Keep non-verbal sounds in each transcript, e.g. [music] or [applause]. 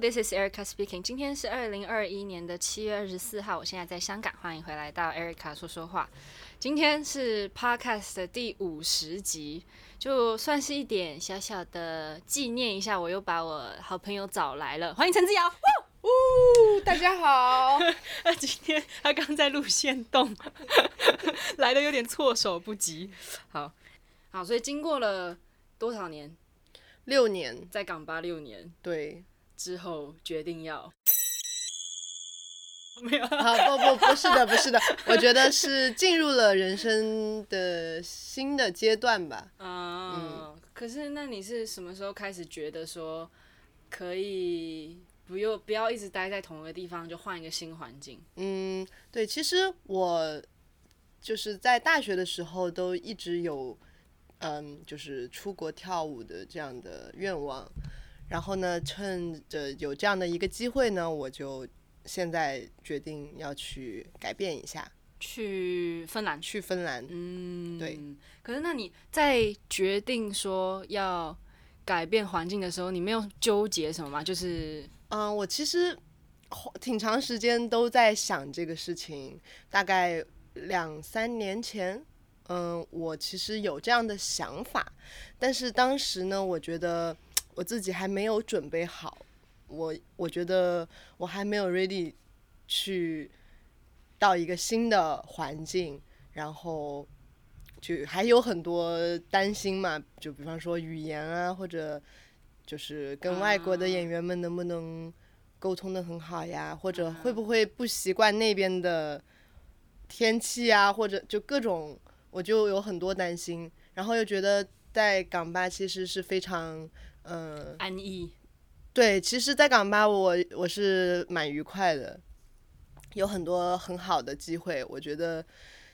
This is Erica speaking。今天是二零二一年的七月二十四号，我现在在香港，欢迎回来到 Erica 说说话。今天是 Podcast 的第五十集，就算是一点小小的纪念一下，我又把我好朋友找来了，欢迎陈志尧。呜， [laughs] 大家好，他 [laughs] 今天他刚在录线动， [laughs] 来的有点措手不及。好，好，所以经过了多少年，六年，在港八六年对，之后，决定要没有啊，不不不是的，不是的，我觉得是进入了人生的新的阶段吧。啊、可是那你是什么时候开始觉得说可以不用不要一直待在同一个地方，就换一个新环境？嗯，对，其实我就是在大学的时候都一直有，嗯，就是出国跳舞的这样的愿望。然后呢，趁着有这样的一个机会呢，我就现在决定要去改变一下，去芬兰？去芬兰。嗯，对。可是那你在决定说要改变环境的时候，你没有纠结什么吗？就是嗯，我其实花挺长时间都在想这个事情，大概两三年前，嗯，我其实有这样的想法，但是当时呢，我觉得我自己还没有准备好，我我觉得我还没有 ready 去到一个新的环境，然后。就还有很多担心嘛，就比方说语言啊，或者就是跟外国的演员们能不能沟通的很好呀，或者会不会不习惯那边的天气啊，或者就各种，我就有很多担心，然后又觉得在港巴其实是非常，嗯、安逸。对，其实，在港巴我我是蛮愉快的，有很多很好的机会，我觉得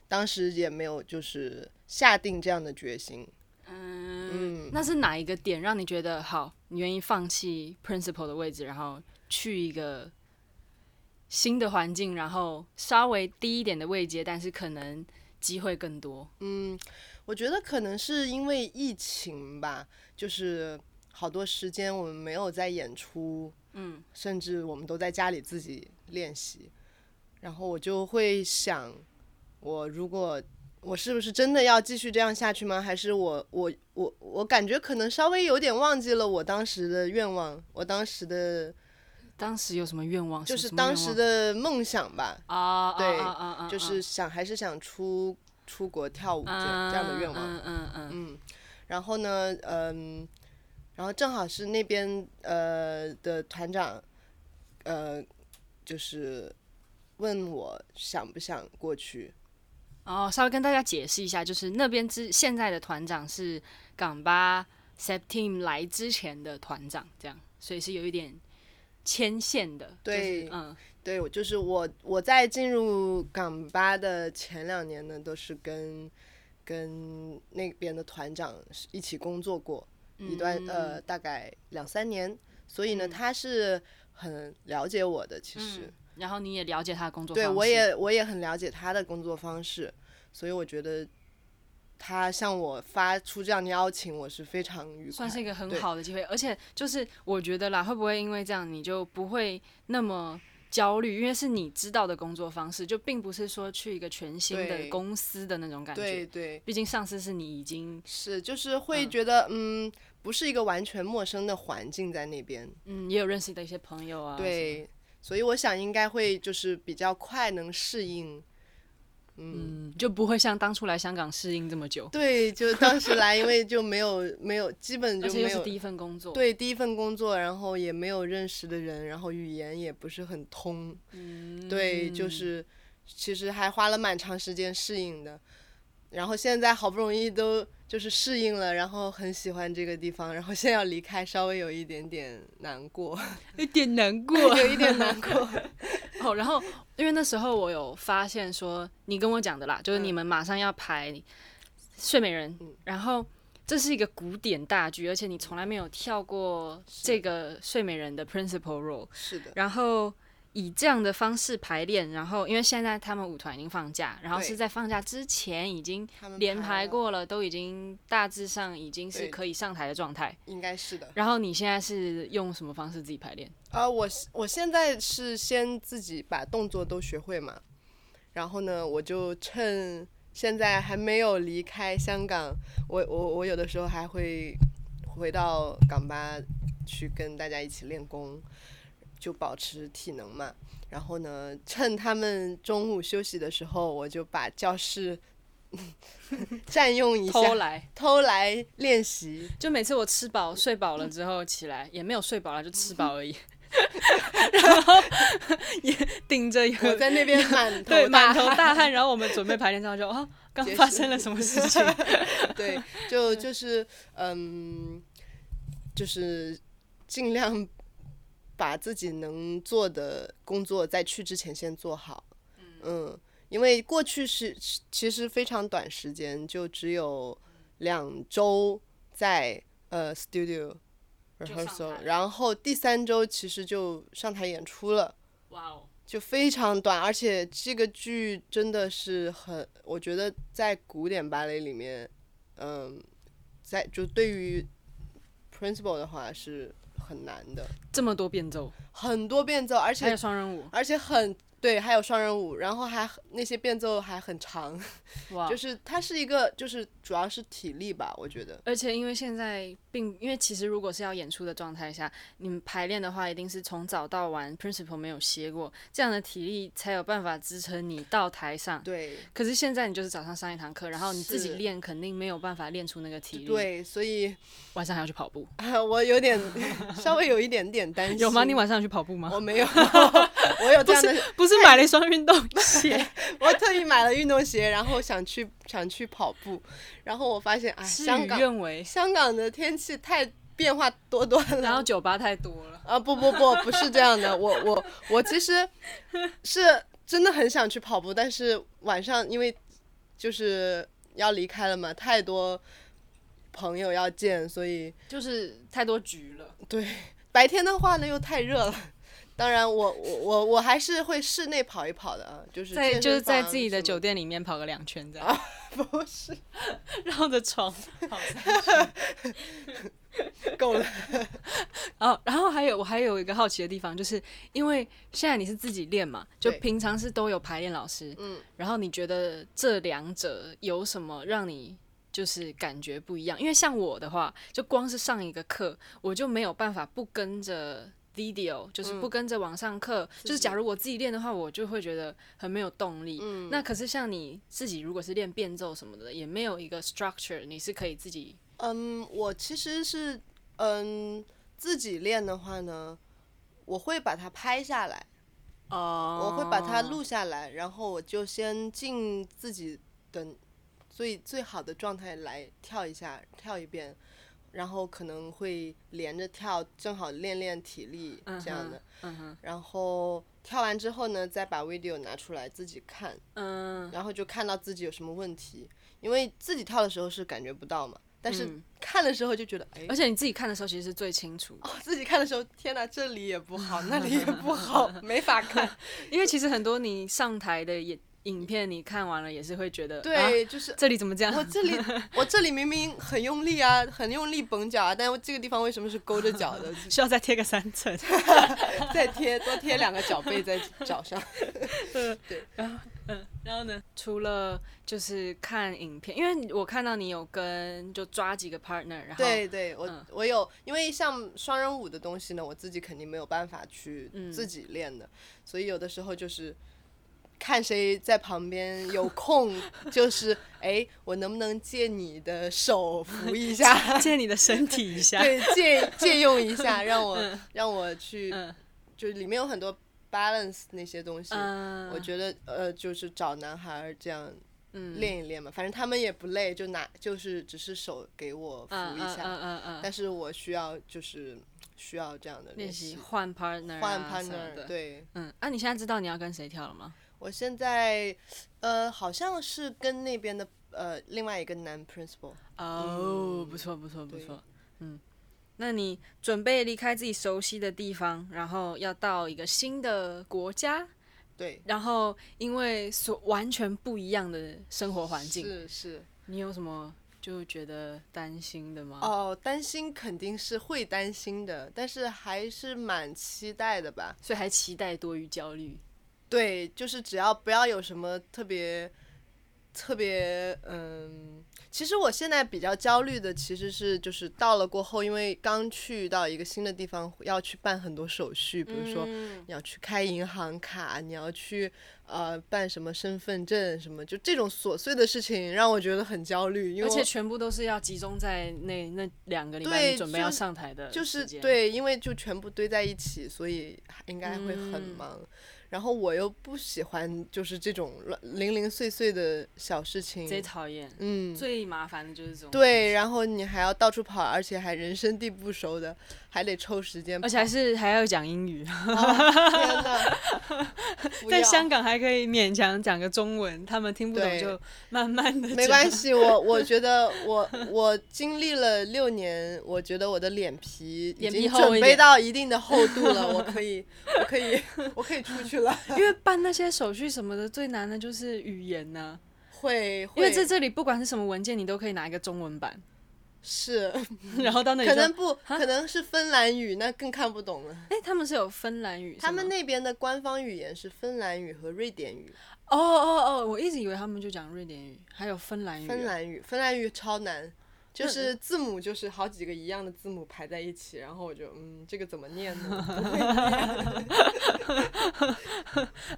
当时也没有就是下定这样的决心。嗯，那是哪一个点让你觉得好？你愿意放弃 principal 的位置，然后去一个新的环境，然后稍微低一点的位阶，但是可能机会更多。我觉得可能是因为疫情吧，就是好多时间我们没有在演出，嗯，甚至我们都在家里自己练习，然后我就会想，我如果我是不是真的要继续这样下去吗？还是我我我我感觉可能稍微有点忘记了我当时的愿望，我当时的当时有什么愿望？就是什么愿望当时的梦想吧，啊，对啊啊啊啊就是想还是想出出国跳舞这样这样的愿望。嗯嗯嗯嗯，嗯，然后呢，嗯，然后正好是那边呃的团长，呃，就是问我想不想过去。哦，稍微跟大家解释一下，就是那边之现在的团长是港巴 Sep Team 来之前的团长，这样，所以是有一点牵线的。对就是、嗯对，我就是我，我在进入港巴的前两年呢，都是跟跟那边的团长是一起工作过一段、呃，大概两三年，所以呢，他是很了解我的，其实。嗯，然后你也了解他的工作方对，式。我也我也很了解他的工作方式，所以我觉得他向我发出这样的邀请，我是非常愉快。算是一个很对好的机会，而且就是我觉得啦，会不会因为这样你就不会那么焦虑？因为是你知道的工作方式，就并不是说去一个全新的对公司的那种感对觉。对，毕竟上司是你已经是就是会觉得嗯不是一个完全陌生的环境在那边，嗯也有认识的一些朋友啊，对，所以我想应该会就是比较快能适 [laughs] 应。嗯，就不会像当初来香港适应这么久，对，就当时来，因为就没有没有，基本而嗯就且又没是有第一份工作，，对第一份工作，然后也没有认识的人，然后语言也不是很通，嗯对，就是其实还花了蛮长时间适应的。然后现在好不容易都就是适应了，然后很喜欢这个地方，然后现在要离开，稍微有一点点难过，有点难过 [laughs] 有一点难过。 [laughs] 哦。然后因为那时候我有发现说你跟我讲的啦，就是嗯你们马上要排《睡美人》然后这是一个古典大剧，而且你从来没有跳过这个《睡美人》的 principal role，是的，然后以这样的方式排练，然后因为现在他们舞团已经放假，然后对是在放假之前已经他们连排排了，过了，都已经大致上已经是嗯对可以上台的状态。应该是的。然后你现在是用什么方式自己排练？啊，我是我现在是先自己把动作都学会嘛，然后呢，我就趁现在还没有离开香港，我我我有的时候还会回到港巴去跟大家一起练功，就保持体能嘛。然后呢，趁他们中午休息的时候，我就把 [laughs] 教室占用一下，偷来，偷来 [laughs] 练习。就每次我吃饱睡饱了之后起来，也没有睡饱了，就吃饱而已。然后也顶着有我在那边满头对满大头汗。大汗，然后我们准备排练之后就啊，刚结束发生了什么事情？对，就就是嗯，就是尽量把自己能做的工作在去之前先做好。嗯，因为过去是是其实非常短时间，就只有两周在呃 studio 就上 rehearsal，台然后第三周其实就上台演出了。哇哦，就非常短，而且这个剧真的是很，我觉得在古典芭蕾里面，嗯，在就对于 principal 的话是很难的，这么多变奏，很多变奏，而还有且双人舞，而且很对，还有双人舞，然后还很那些变奏还很长，哇就！是它是一个就是主要是体力吧，我觉得而且因为现在并因为其实如果是要演出的状态下，你们排练的话，一定是从早到晚，principal 没有歇过，这样的体力才有办法支撑你到台上。对可是现在你就是早上上一堂课，然后你自己是练，肯定没有办法练出那个体力。，对，所以、 [laughs] 晚上还要去跑步，啊我有点 [laughs] 稍微有一点点担心，有吗？你晚上有去跑步吗？我没有， [laughs] 我哎哦有这样的哎不是买了一双运动 [laughs] 鞋，我特意买了运动鞋，然后想去 [laughs] 想去跑步，然后我发现啊，事香与港愿违。香港的天气太变化多端了。然后酒吧太多了，啊，不不不，不是这样的，我我我 [laughs] 其实是真的很想去跑步，但是晚上因为就是要离开了嘛，太多朋友要见，所以就是太多局了。白天的话呢又太热了。 [laughs] 当然我，我我我还是会室内跑一跑的啊，就是在健就是身在房自己的什么哦酒店里面跑个两圈这样，不是 [laughs] 绕着床跑三圈。够了。哦，然后还有我还有一个好奇的地方，就是因为现在你是自己练嘛，就对平常是都有排练老师，嗯，然后你觉得这两者有什么让你就是感觉不一样？因为像我的话，就光是上一个课，我就没有办法不跟着。video 嗯就是不跟着网上课，就是假如我自己练的话，我就会觉得很没有动力。嗯、那可是像你自己，如果是练变奏什么的，也没有一个 structure，你是可以自己嗯，我其实是嗯自己练的话呢，我会把它拍下来，哦我会把它录下来，然后我就先进自己的最最好的状态来跳一下，跳一遍，然后可能会连着跳，正好练练体力这样的。嗯哼，然后跳完之后呢，再把 video 拿出来自己看，嗯，然后就看到自己有什么问题，因为自己跳的时候是感觉不到嘛，但是嗯看的时候就觉得哎。而且你自己看的时候其实是最清楚的，哦，自己看的时候，天哪，这里也不好，那里也 [laughs] 不好，没法看。因为其实很多你上台的也影片，你看完了也是会觉得，啊、对，就是这里怎么这样？ [laughs] 我这里，我这里明明很用力啊，很用力绷脚啊，但我这个地方为什么是勾着脚的？需要再贴个三层。 [laughs] 再贴多贴两个脚背在脚上。然后呢，除了就是看影片，因为我看到你有跟就抓几个 partner，然后对对，我、嗯我有，因为像双人舞的东西呢，我自己肯定没有办法去嗯自己练的，所以有的时候就是看谁在旁边有空， [laughs] 就是哎，我能不能借你的手扶一 [laughs] 下？借你的身体一下。 [laughs] 对， [laughs] 借借用一下，让我、让我去，嗯就是里面有很多 balance 那些东西，嗯，我觉得呃，就是找男孩儿这样嗯练一练嘛，反正他们也不累，就拿就是只是手给我扶嗯一嗯下，嗯嗯嗯但是我需要就是需要这样的练习习，换 partner，啊换什么的 partner，。对。嗯，啊，你现在知道你要跟谁跳了吗？我现在，呃，好像是跟那边的呃另外一个男 principal，哦，不错不错不对错，嗯，那你准备离开自己熟悉的地方，然后要到一个新的国家，对，然后因为所完全不一样的生活环境，是是。你有什么就觉得担心的吗？哦，担心肯定是会担心的，但是还是蛮期待的吧。所以还期待多于焦虑。对，就是只要不要有什么特别特别，嗯，其实我现在比较焦虑的其实是就是到了过后，因为刚去到一个新的地方，要去办很多手续，比如说嗯你要去开银行卡，你要去呃办什么身份证什么，就这种琐碎的事情让我觉得很焦虑，因为而我且全部都是要集中在那那两个礼拜对你准备要就上台的就时是间，对，因为就全部堆在一起，所以还应该会很嗯忙。然后我又不喜欢就是这种乱零零碎碎的小事情，最讨厌、嗯，最麻烦的就是这种，，对。然后你还要到处跑，而且还人生地不熟的，还得抽时间跑。而且还是还要讲英语，，啊天呐不在要香港还可以勉强讲个中文，他们听不懂对就慢慢的没关。系，我我 [laughs] 觉得我我经历了六年，我觉得我的脸皮已脸皮经厚一准备点到一定的厚度了，我 [laughs] 可以，我可以，我可以出去了。因为办那些手续什么的，最难的就是语言呢、会，因为会在这里不管是什么文件，你都可以拿一个中文版，是然后到那里嗯啊可就能不可能是芬兰语，那更看不懂了。哎、他们是有芬兰语是吗，他们那边的官方语言是芬兰语和瑞典语，哦哦哦，我一直以为他们就讲瑞典语，还有芬兰语啊，芬兰语芬兰语超难，就那是字母就是好几个一样的字母排在一起，然后我就嗯，这个怎么念呢？ [laughs] 不会念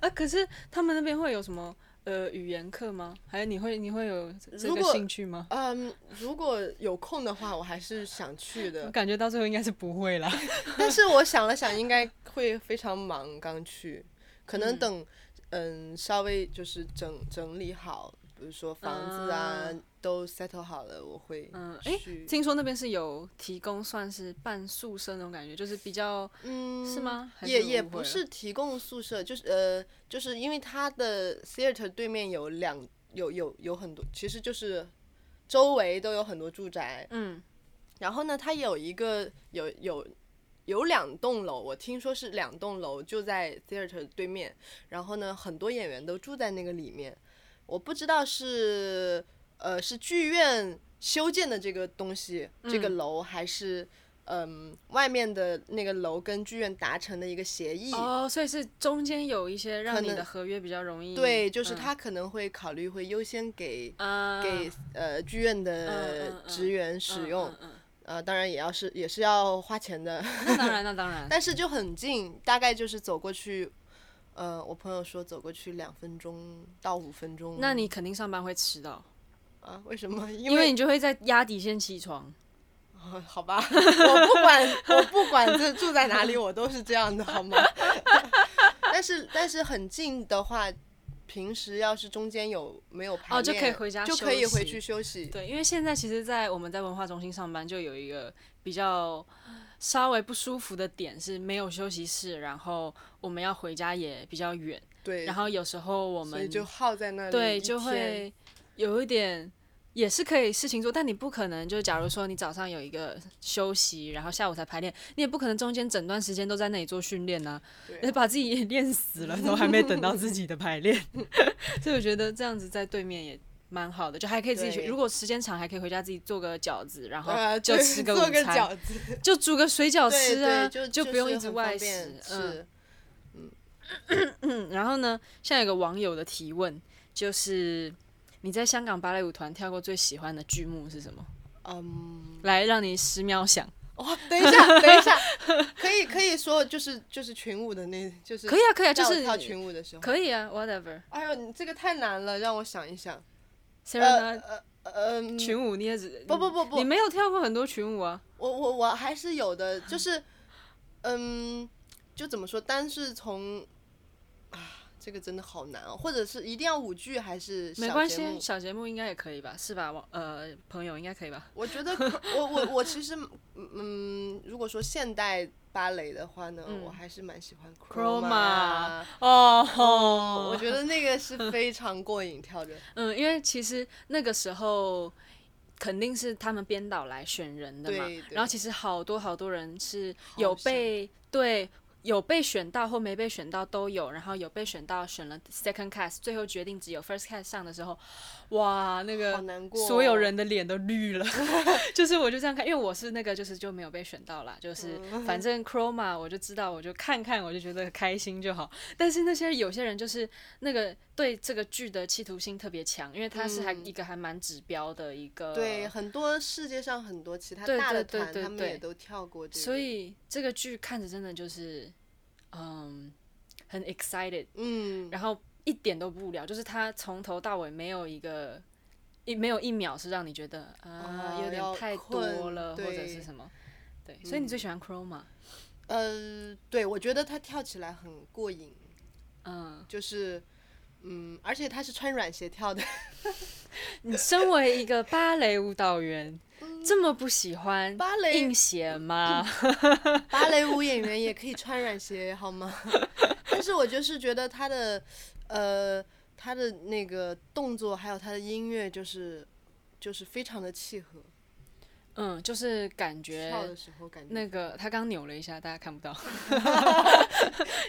啊，可是他们那边会有什么呃语言课吗？还有你会你会有这这如个果兴趣吗？嗯，如果有空的话，我还是想去我的，感觉到最后应该是不会啦。 [laughs] 但是我想了想，应该会非常忙，刚去，可能嗯等嗯稍微就是整整理好，比如说房子啊嗯都 settle 好了，我会嗯诶去。听说那边是有提供算是半宿舍那种感觉，就是比较、嗯，是？吗？还也是也误会不了是提供宿舍，就是呃，就是因为它的 theater 对面有两有有有很多，其实就是周围都有很多住宅，嗯然后呢，它有一个有有有两栋楼，我听说是两栋楼就在 theater 对面。然后呢，很多演员都住在那个里面。我不知道是呃是剧院修建的这个东西，这个嗯楼还是嗯、外面的那个楼跟剧院达成的一个协议。哦，所以是中间有一些让可你能的合约比较容易对，就是嗯他可能会考虑会优先给。啊给呃剧院嗯的嗯职员使用，嗯嗯嗯呃，当然也要是也是要花钱的，那当然那当 [laughs] 然，但是就很近，大概就是走过去，呃，我朋友说走过去两分钟到五分钟。那你肯定上班会迟到，啊？为什么？因因为你就会在压底线起床。好吧，我不管我不管这住在哪里，我都是这样的，好吗？ [laughs] 但是但是很近的话，平时要是中间有没有排哦就练可以回家就可以休息回去休息。对，因为现在其实，在我们在文化中心上班，就有一个比较稍微不舒服的点是没有休息室，然后我们要回家也比较远，对，然后有时候我所以们就耗在那里一天，对就会有一点。也是可以事情做，但你不可能就假如说你早上有一个休息，然后下午才排练，你也不可能中间整段时间都在那里做训练呐、对你把自己也练死了，都还没等到自己的排 [laughs] 练，所以我觉得这样子在对面也蛮好的，就还可以自己去。对如果时间长，还可以回家自己做个饺子，然后呃，就对吃个午做个餐，饺子， [laughs] 就煮个水饺对吃啊，对，就不用是一直很外方便食。嗯是，嗯，然后呢，像有个网友的提问就是。你在香港芭蕾舞团跳过最喜欢的剧目是什么？嗯。来，让你十秒想。哦，等一下，[laughs] 等一下，可以可以说就是就是群舞的那，就是可以啊，可以啊，就让我是跳群舞的时候。可以啊，whatever。哎呦，你这个太难了，让我想一想。呃 Serena、呃呃，群舞你也只不不不不你没有跳过很多群舞啊。我我我还是有的，就是嗯，就怎么说，单是从啊，这个真的好难哦，或者是一定要舞剧还是没小关节系 [laughs] 目，小节目应该也可以吧？是吧？网呃，朋友应该可以吧？我觉得可我我我其实嗯，如果说现代芭蕾的话呢，我还是蛮喜欢嗯 Chroma Chroma，哦，我觉得那个是非常过瘾，跳着。嗯，因为其实那个时候肯定是他们编导来选人的嘛对。对然后其实好多好多人是好有像被对有被选到或没被选到都有，然后有被选到选了 second cast，最后决定只有 first cast 上的时候，哇，那好个难过哦所有人的脸都绿 [laughs] 了。 [laughs] 就是我就这样看，因为我是那个就是就没有被选到啦，就是嗯反正 Chroma 我就知道，我就看看，我就觉得开心就好。但是那些有些人就是那个对这个剧的企图心特别强，因为它是还嗯一个还蛮指标的一个对，很多世界上很多其他对大的对对团，对他们对也都跳过这个。所，以这个剧看着真的就是，嗯，很 excited，嗯，然后一点都不无聊，就是它从头到尾没有一个一没有一秒是让你觉得啊啊有点要太多困了或者是对嗯什么。对，所以你最喜欢 Chroma？呃，对，我觉得他跳起来很过瘾，嗯，就是，嗯，而且他是穿软鞋跳的， [laughs] 你身为一个芭蕾舞蹈 [laughs] 员，这么不喜欢嗯芭蕾硬鞋 [laughs] 吗？芭蕾舞演员也可以穿软鞋好吗？ [laughs] 但是我就是觉得他的，呃，他的那个动作还有他的音乐就是，就是非常的契合，嗯，就是感觉跳的时候感觉那个他刚扭了一下，大家看不 [laughs] 到，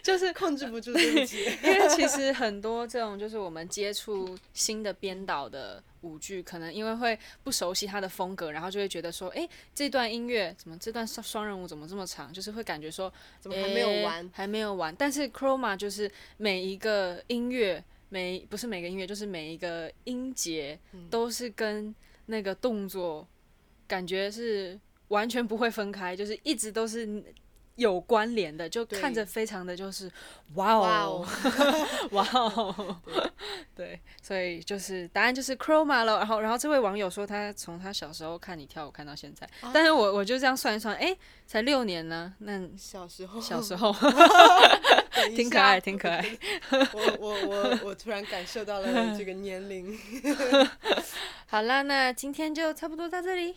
就是控制不住 [laughs] 自己。因为其实很多这种就是我们接触新的编导的舞剧，可能因为会不熟悉他的风格，然后就会觉得说，诶，这段音乐怎么这段双双人舞怎么这么长，就是会感觉说怎么还没有诶完？还没有完。但是 Chroma 就是每一个音乐，每不是每个音乐，就是每一个音节嗯都是跟那个动作感觉是完全不会分开，就是一直都是。有关联的，就对看着非常的就是，哇哇哦哦，， [laughs] 哇哦， [laughs] 对，所以就是答案就是 Chroma 了。然后，然后这位网友说他从他小时候看你跳舞看到现在，啊但是我我就这样算一算，诶，才六年呢，那小时候小 [laughs] 时候等一挺可下爱，挺可爱。 [laughs] 我我我我突然感受到 [laughs] 了这个年龄。好啦，那今天就差不多到这里。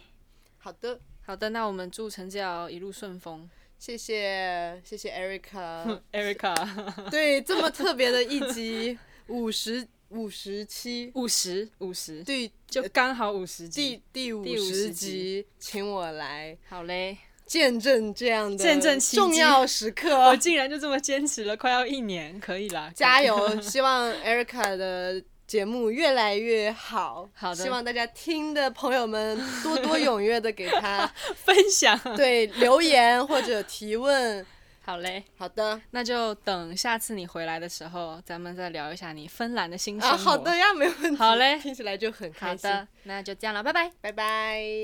好的，好的，那我们祝陈志尧一路顺风谢谢谢谢 Erica， [laughs] ，Erica 对这么特别的一集五十五十期，五十五 [laughs] 十，对就刚好五十第集。第五嗯第五十十集，请我来好嘞，见证这样的见证奇迹重要时 [laughs] 我 [laughs] 刻，哦竟然就这么坚持了快要一年，可以啦，加油！希望 Erica 的。节目越来越好，好的希望大家听的朋友们多多踊跃的给他 [laughs] 分享。 [laughs] 对留言或者提问。好嘞。好的，那就等下次你回来的时候，咱们再聊一下你芬兰的新生活。啊，好的，呀，没问题。好嘞听起来就很好开心。的，那就这样了，拜拜。拜拜。